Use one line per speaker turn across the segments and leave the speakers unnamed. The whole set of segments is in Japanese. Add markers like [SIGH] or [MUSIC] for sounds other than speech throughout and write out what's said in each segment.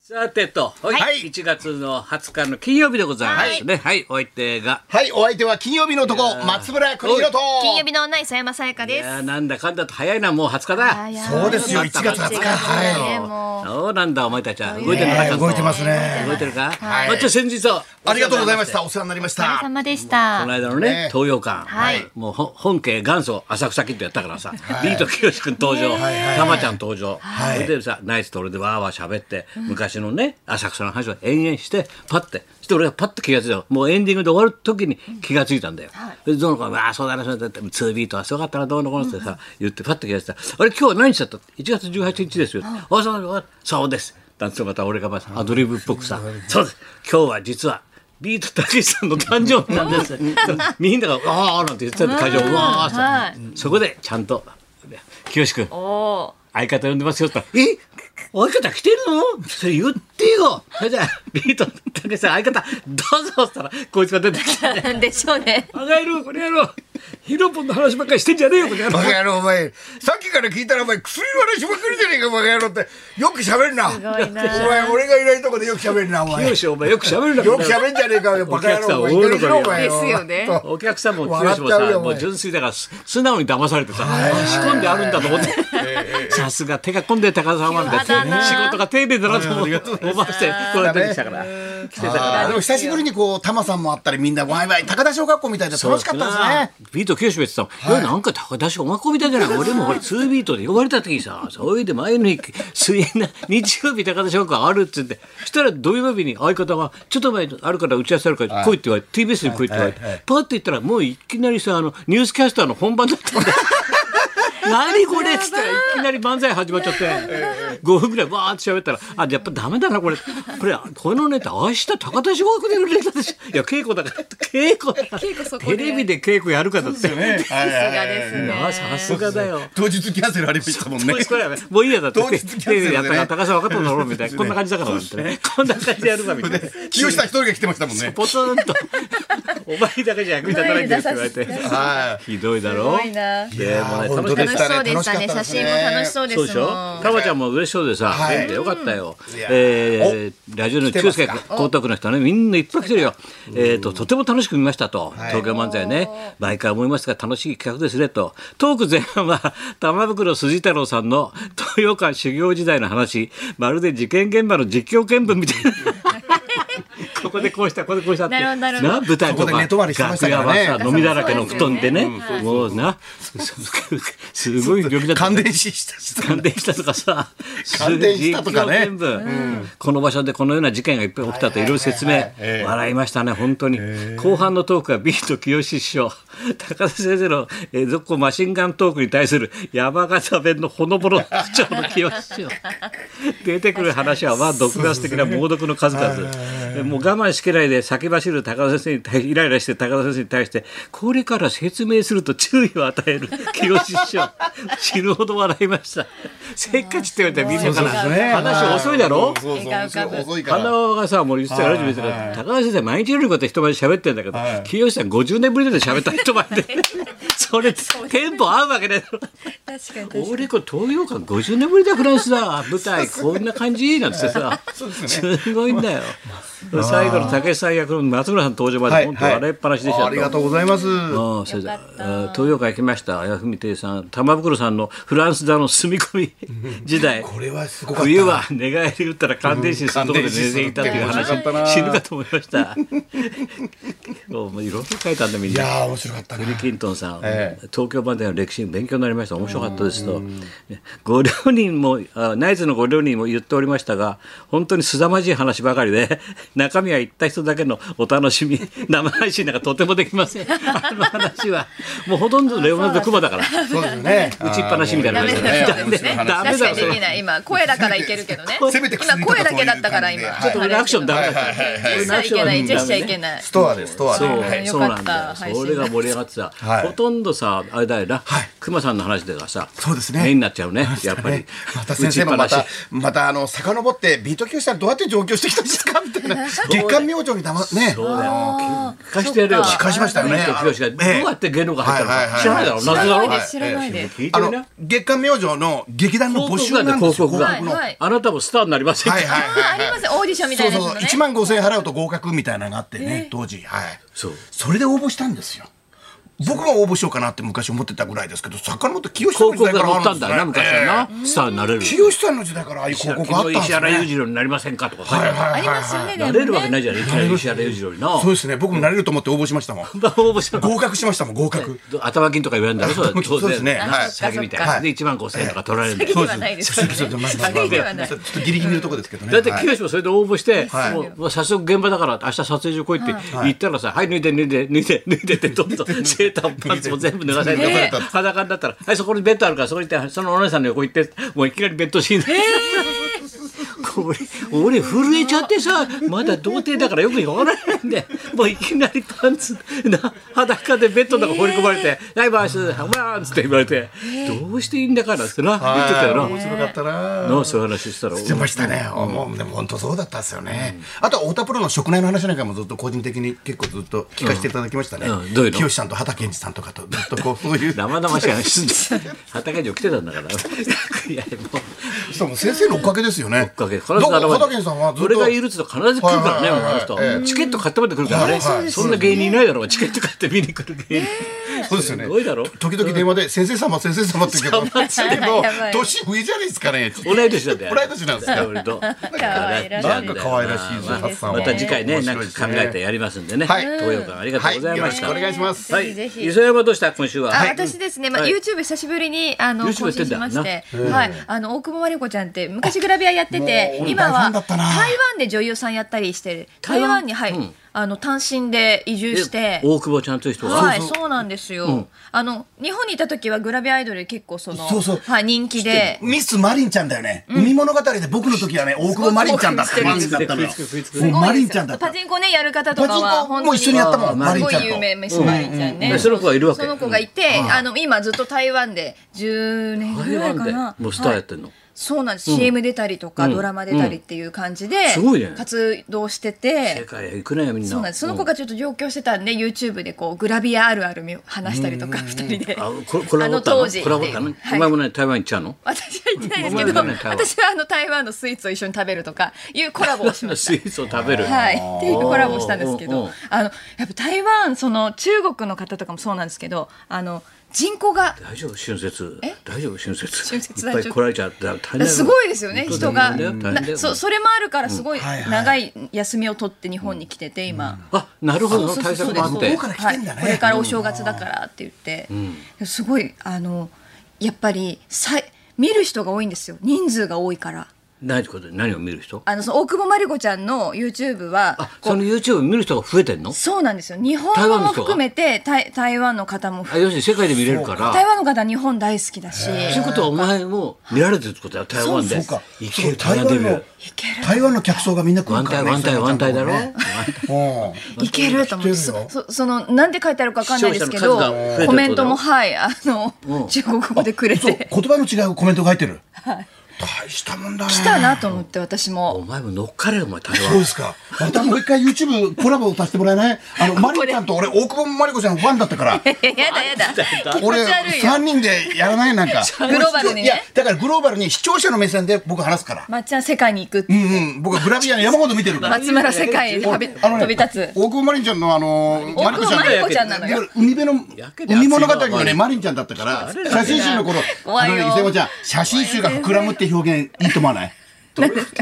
さてと、はい
はい
1月の20日の金曜日でございますね。はい、お相手が。
はい、お相手は金曜日の男、松村邦洋と。
金曜日の女磯山さやか
い
です。
やーなんだかんだと早いな、もう20日だ。
そうですよ
1月20日
はい
い。
そうなんだ、お前たちは。動いてるのか
は
ちゃ
い、
んと
動いてますね。
動いてるか
はい
まあちょ先日は。
ありがとうございまし
お
た。お世話になりまし
お疲れ
た。
様でし
世話にな
た。
りまして。この間の
ね
ね、東洋館。
はい
もうほ本家元祖浅草キッドやったからさ、ビートきよし君登場、たまちゃん登場、
はい
それでさ、ナイツと俺でわーわー喋って、昔のね、浅草の話を延々して、パッて、そして俺がパッて気がついたのもうエンディングで終わる時に気がついたんだよ。で、どうのこうの、ああ、そうだな、そうだな、2ビートはすごかったな、どうのこうのってさ、言ってパッて気がついたらあれ、今日は何日だったって ?1 月18日ですよ。あ、そうだそうだ、そうです。なんつってまた俺がまあアドリブっぽくさ、そうです。今日は実は、ビートたけしさんの誕生日なんです。みんなが、ああ、なんて言ってたんで会場、うわあ、
はい
そこでちゃんと、清志君、
おお
相方呼んでますよって言ったら、え相方来てるのそれ言ってよ。それじゃあ、ビートたけしさん、相方、どうぞって言ったら、こいつが出てきて、
ー。なんでしょうね。
バカ野郎、これやろう。ヒロポンの話ばっかりしてんじゃねえよ、これやろ
バカ野郎、お前。さっきから聞いたら、お前、薬の話ばっかりじゃねえか、バカ野郎って。よく喋るな。お
ごいな
前、俺がいないとこでよく喋るな、お前。よ
清志、お前よく喋るな。
く喋んじゃねえか、バカ野郎。お前
お客さん
い
大
いかげんにしろお前
喜びですよね
ほんと
お客さんも
笑
清志
っち
も
ゃう
さ
よ、
もう
お前。
純粋だからす素直に騙されてさ仕込んであるんだと思ってさすが手が込んでる高田さんはみたい
暇だ
な
な
仕事が丁寧だなと思って思わせてこれ出てきたから来てたから
あーでも久しぶりにこう、タマさんもあったり、みんなワイワイ、高田小学校みたいで楽しかったですね。
ビート清志別さん、いやなんか高田氏おまこみたいじゃない俺もほら2ビートで呼ばれた時にさそれで前の日水曜な日曜日高田氏があるっつってそしたら土曜日に相方が「ちょっと前あるから打ち合わせあるから来い」って言われて TBS に来いって言われてパッて行ったらもういきなりさあのニュースキャスターの本番だった [LAUGHS] んだよ何これっつったらいきなり漫才始まっちゃって5分ぐらいわーって喋ったら「あやっぱダメだなこれこれこのネタ明日高田小学でのネタでしょ」いや稽古だから稽古だから
稽古そこ
テ
で
レビで稽古やるかだって [LAUGHS]
さすがですね。
あさすがだよ。
当日キャンセルありましたもんね
これこれもういいやだって
当日キャンセルでね
やったな高さ分かったんだろうみたいなこんな感じだからなんてねこんな感じでやるかみたいな
清下一人が来てましたもんね。
[LAUGHS] ポツンと「 [LAUGHS] お前だけじゃ役に立たないんだよ」って言われて
はい。
ひどいだ
す
ろ
ごいな。
でもね楽しかっ
楽しそうで
そうです
楽しかったですね
したね。写真も楽しそうで
し
も
ょ
ん。
たまちゃんも嬉しそうでさ
はい
元気でよかったよ
いや
えーラジオの中介
来てます
江東区の人はねみんないっぱい来てるよえーととても楽しく見ましたと
い
東京漫才ね毎回思いますが楽しい企画ですねとトーク前半は [LAUGHS] 玉袋筋太郎さんの東洋館修行時代の話まるで事件現場の実況見分みた
[LAUGHS]
いなここでこうしたここでこうしたって
なるほどなるほど
舞台と
ここで
か
寝泊まりしてました
楽
か
屋
ら
は
ね
さ飲みだらけの布団でね
そうですよね
もうなすごい病気だった
感電死した人。
感電したとかさ、
[LAUGHS] 感電したとかね
全部、この場所でこのような事件がいっぱい起きたといろいろ説明、笑いましたね、本当に。後半のトークはビート清志師匠、 [LAUGHS] 高田先生の、えー、続行マシンガントークに対する山形弁のほのぼの口調の清志師匠。出てくる話は、まあ、毒ガス的な猛毒の数々。でもう我慢しきれないで先走る高田先生に対しイライラして高田先生に対してこれから説明すると注意を与える清志師
[LAUGHS]
匠死ぬほど笑いましたせっかちって言われたらみんなから
そうですね
話遅いだろ
そうそう
笑顔浮かぶ
遅いから。
花がさもう言ってたからラジオ見てたから高橋先生毎日のようにこうやって人前で喋ってんだけど清志さん50年ぶりで喋った人前
[LAUGHS]
でそれテンポ合うわけないだろ
確かに。
俺これ東洋館50年ぶりだフランスだ舞台こんな感じなんつってさすごいんだよ最後の武井さん役の松村さん登場ま
はい
で本当笑いっぱなしでし
あ
た
ありがとうございます。
ああそうだあ東洋館行きました綾文亭さん玉袋さんのフランス座の住み込
[LAUGHS]
み時代
これはすごかった。
冬は寝返り打ったら感電死するところで寝ていたという話
うん感電死するって面白かったな
死ぬかと思いました [LAUGHS] もうもういろいろ書いたんだみん
い
な
やー面白かった
ブ
ね。
リキントンさん、
え
東京バンドの歴史勉強になりました面白かったですとご両人もあナイツのご両人も言っておりましたが本当にすさまじい話ばかりで [LAUGHS] 中身は行った人だけのお楽しみ [LAUGHS] 生配信なんかとてもできません
[LAUGHS]
あの話はもうほとんどレオナルド・クマだから
そうですよね。
打ちっぱなしみたいな
ダ
感
メ
じ
だ
で
よ。
ダメだよダメ
確
だよそ
かにで
れ
きない。今声だからいけるけどね。
せめて薬
今声だけだったから
とかそういう感じで
今。ちょっと
これアクションダメだった
ジェスチャーいけない。ジェスチャーいけない。
ストアでストアで。
そう、
はい
そうなん
よか
だ
った
よ。それが盛り上がってさ、
はい
ほとんどさ、あれだよな、熊さんの話でがさ、
そうですね
目になっちゃうね、やっぱり
ね。また先生も
打
ま
ちったぱなし
またあの遡ってビート教師さんどうやって上京してきたんですかみたいな
月刊明星にたまね
そうだよ
あー
聞かしてやれよ
そっ
聞かしましたね
ビートきよしがどうやって芸能界入ったの
はいはいは
か
い
知らないだろ
知ら
謎だ
な
ろ
いです知らないです
聞いて
あ
み
の
な
月刊明星の劇団の募
広
集
告が
な
ね
んです
広
よ
告が、
はいはい
あなたもスターになりませんか、
はいはい
あありますオーディションみた
そ
いうなやつ
そう
のね
1万5000円払うと合格みたいなのがあってね当時はい
そう
それで応募したんですよ僕も応募しようかなって昔思ってたぐらいですけどさかのぼって清志さんの
広
時代
告が
から
載っ
あ
た
る
ん
ん
だ
です
よ
ね
な昔はな、スターになれる
清志さんの時代からああいう広告があったん
昨日
です
石原裕
ね
次郎になりませんかとかさ、
はいはい
あ
はい
りますよねで
な
もね
れるわけないじゃないいきなり石原裕次郎にな [LAUGHS]
そうですね僕もなれると思って応募しましたもん
応募したの
合格しましたもん合格
頭金とか言われるんだろそうだ
そうですね
当然
はい
詐欺みたい
は
な、
い
で1万5000円とか取られるんだよ
詐欺ではないですよね
そうそうそう
詐欺ではない
ちょっとギリギリのとこですけどね
だって
はい
清もそれで応募して、
はい
もうもう早速現場だから明日撮影所来いって言ったらさ「はい、脱いで脱いで脱いで脱いで」ってどんどんセーターもパンツも全部脱がされて、
ね
裸になったら「はいそこにベッドあるからそこに行ってそのお姉さんの横行ってもういきなりベッドシーンで。これ俺震えちゃってさまだ童貞だからよくわからないんでもういきなりパンツな裸でベッドの中放り込まれて「ライバースハンバーン!」って言われて「どうしていいんだか」なんてな言ってたよな。
面白かったな
なそういう話したら
してましたね、もうでも本当そうだったんですよね、あとは太田プロの職内の話なんかもずっと個人的に結構ずっと聞かせていただきましたね、
うんうんどういうの
清さんと畑健二さんとかとずっとこうそういう
生々しい話すんだよ畑城来てたん
[LAUGHS]
だからいやもう
そうもう先生のおかげですよね
おかげ必
だ
ず
から
現
畑
れ
健二さんはずっと
俺がいるつと必ず来るからね
は
あ
いはいはい
の
はいえ
人
え
チケット買ってまで来るからね
はいはい
そんな芸人いないだろうチケット買って見に来る芸人
そうですよね
すごいだろ
時々電話で「先生様先生様」って言うけ
[LAUGHS]
どけど
やばい
年上じゃないですかね
同い年なんだよ
同い年なんですか
俺と
可愛らしい
なんか可愛らしい
まあまあ
佐々木さんは
また次回ね
面
な
白
ん
い
か
ですね
考えてやりますんでね
はい
東洋館ありがとうございました
はいよろしくお願いします
は
ぜひぜひ
磯山どうした今週は
あ私ですね、まあ、
はい
YouTube 久しぶりにあの
YouTube
更新しまして、はい、あの大久保まりこちゃんって昔グラビアやってて
もう
今
大ファ
は
ンだった
台
な
湾で女優さんやったりしてる台湾にはい、あの単身で移住して
大久保ちゃんという人が
はい、そうなんですよ、あの日本にいた時はグラビアアイドル結構その
そうそう
はい、人気で
ミス・マリンちゃんだよね、海物語で僕の時はね大久保マリンちゃんだったマリンだったのよもうマリンちゃんだった
パチンコねやる方とかは
パチンコも一緒にやったもん
本当に
マリンちゃんと
すごい有名飯マリンちゃんね、
うんうんその子がいるわけ
その子がいて、あの今ずっと台湾で10年ぐ
台
らい
湾
か
で
な
もうスター
は
や
い
ってんの
そうなんです、CM 出たりとか、ドラマ出たりっていう感じで、
すごいね
活動してて
世界へ行くねみんな
そうなんですその子がちょっと上京してたんで YouTube でこうグラビアあるあるみ話したりとか二人で
あ
あ
こコラボ
の
ったの
当時
コラボったの
はい
お前もね台湾行っちゃうの
私は行ってないですけ
お前
ど
はね台湾
私はあの台湾のスイーツを一緒に食べるとかいうコラボをしまし
スイーツを食べる
た。はい、っていうコラボをしたんですけ
おーおー
ど
おー
あのやっぱ台湾その中国の方とかもそうなんですけどあの人口が
大丈夫春節
え
大丈夫春節
春節
いっぱ
大
い
丈夫
来られちゃった大変だよ
すごいですよね
本
人
当だ
が
よ大変だよ大変だ
な
よ
そそれもあるからすごい
はいはい
長い休みを取って日本に来てて今。
あなるほど
そうそう
対
そう
策もあって
向こうから来てんだね
これからお正月だからって言って、すごいあのやっぱりさい見る人が多いんですよ人数が多いから
何こと何を見る人
あのその大久保真理子ちゃんの YouTube は
あ
こう
その YouTube 見る人が増えてんの
そうなんですよ日本
台湾の
語も
人が
含めて台台湾の方も
あ要するに世界で見れるから
台湾の方日本大好きだし
ということはお前も見られてるってことだよ台湾で
そうか
行ける台湾デビュー
いける
台湾の客層がみんな来
ワ
る
ン
か
タイ
らね
ワンタイワンタイだろ
うん
いけると
来
思って
てる
そ
よ
そそのなんで書いてあるかわかんないですけど
視聴者の数が増えてるってことだろ
コメントもはいあの中国語でくれ
そう
て
言葉の違うコメントが入ってる、大したもんだね
来たなと思って私も
お前も乗っかれよお前台
そうで
湾
すかまたもう一回 YouTube コラボをさせてもらえないあのマリちゃんと俺大久保マリコちゃんファンだった
[LAUGHS]
から
いややだやだ気持
俺
ち悪いよ
3人でやらないなんか
[LAUGHS] グローバルにね
いやだからグローバルに視聴者の目線で僕話すから
まっちゃん世界に行くって
うんうん僕はグラビアの山ほど見てる
[LAUGHS]
から
松村世界へ飛び
あのね
飛び立つ
大久保マリンちゃんのあのー
大
マリ
久
コ
保
ちゃん
真
の
理子ちゃんなのよ
海辺の
けて
海物語の
熱い
ね
の
マリンちゃんだったから写真集の頃
怖
あ
い
の
よ
ね伊勢子ちゃん写真集が膨らむって表現いいと思わない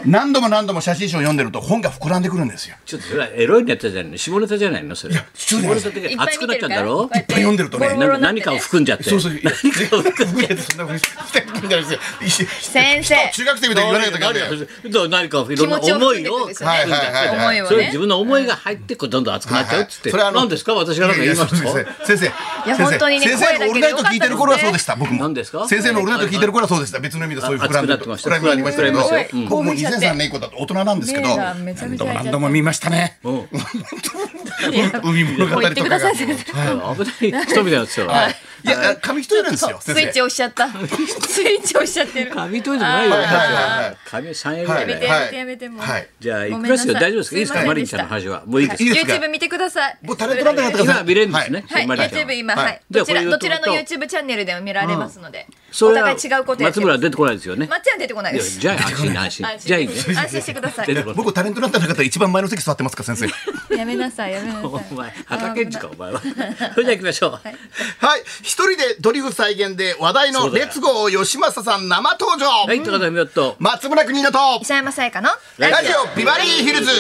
何度も何度も写真集を読んでると本が膨らんでくるんですよ
ちょっとそれはエロいネタじゃないの下ネタじゃないのそれ
そ
下
うだよ
ネタ的に熱くなっちゃうんだろ
いっ
ぱい読んでるとね
な何かを含んじゃって
そうそう
何かを含んじゃって
そんなふうにしてるんじゃないですよ
先生
中学生みたいに言わないとかね
何かいろんな
気持ちを
思
含め
い
て
を
ですよね
はいはいはいはい
思いを
それ
ね
自分の思いが入ってこうどんどん熱くなっちゃうっつって、
はいはい
何ですか私が何か言いまし
いやいや
た
先生先生
いや本
先
当
生
にね
先
声
生
だ
のオール
けで
ナ
よ
イ
かっ
ト
た
聞いてる頃はそうでした僕も
何ですか
先生のオールナイト聞いてる頃はそうでした別の意味でそういう
あ
膨らんで
熱くなってました
膨らみましたけど
膨らみました
よ
僕も
興奮しちゃって
2003年以降だと大人なんですけど
目がめちゃ
何
めちゃ
度も
開いちゃった
何度も見ましたね
うん
[LAUGHS] 海物語
もう言って
と
く
か
ださ
が
い先生
危ない人みたいになってたわ
いや紙一重なんですよ
ス
先
イッチ
生
押しち
[LAUGHS]
ゃったスイッチ押しちゃってる
紙とじゃないよ
はいはいはい
紙3円ぐらい
やめ
だ
て
よ
はい
やめてやめてもう
はい
じゃあ行
ご
き
めん
ま
な
す
さ
けど大丈夫ですかいいです
ま
か
せん
マリ
で
ン
し
ち
た
ゃんの話はもういいです
いいですか
YouTube 見てください
もうタレントなんてなってくださ
今
い
見れるんですね
はい、
マリンちゃん
YouTube 今、は
はいい、
ど
じゃあこ
ちら
れ言うと
どちらの
と
YouTube チャンネルでも見られますので、
そ
お
れは
互い違うことやっ
松
てる
村は出てこないですよね
松村出てこない
い
で
や
す
じゃあ安心安心
安心
じゃあいいね
安心してくださ
出て
い
こない
僕タレントなんてなかったら一番前の席座ってますか先生
やめなさいやめなさい
[LAUGHS] お前畑んちかお
[LAUGHS]
前はそれじゃあ行きましょう
はい一人でドリフ再現で話題
そ
の
うだよ
レッツゴー吉政さん生登場、
はい高田美代と
松村邦乃と
石山さやかの
ラ
ラジオビバリーヒルズ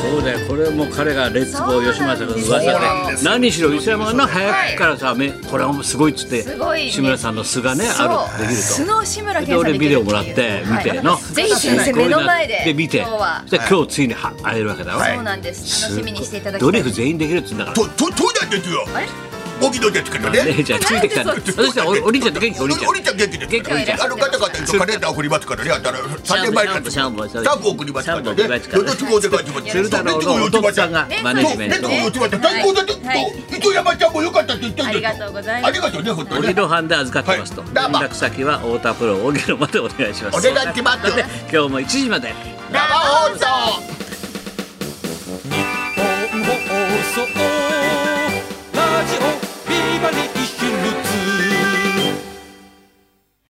そうだよこれも彼がレッツゴー吉村さんの
そう
なん
噂
で
です
よ
何しろ磯山がな早くからさめこれはもうすごいっつって
すごいね
志村さんの素がねあるできると
素の志村け
で
んさん
俺
で
ビ
き
デ
る
オもらって見ての、
はいぜひ先生目の前で
で見て
今日は
で今日ついには会えるわけだろ、
そうなんです楽しみにしていただき
ド
た
リ
い
フ全員できるっつうんだから
ととといだって言ってよ
あれ
ボキドキやってくれてね
姉ちゃんついてきたんだ
なんで
そ
そ
そしたらおお兄ちゃんと元気お兄ちゃん
お兄ちゃん元気で
元気お兄ちゃん
あのガタガタとカレンダー送りますからねあんたら3年前から
シャンボシャンボシャンボ
シャンボ送りますからね
シャンボ送りますから
よろしくお願いします
鶴太郎のお父さんがマネジメン
レッ
ト
ツ
を
ゴーよちまちゃん最高だって糸山ちゃんも良かったって言ってる
ありがとうございます
ありがとうね本当
お
に
ぎ
ね
の班で預かってますと、
はい
連
どうも
絡先は太田プロおぎのまでお願いします
お願い
そん
します
な感じ [LAUGHS] で今日も1時まで
生放送
日本放送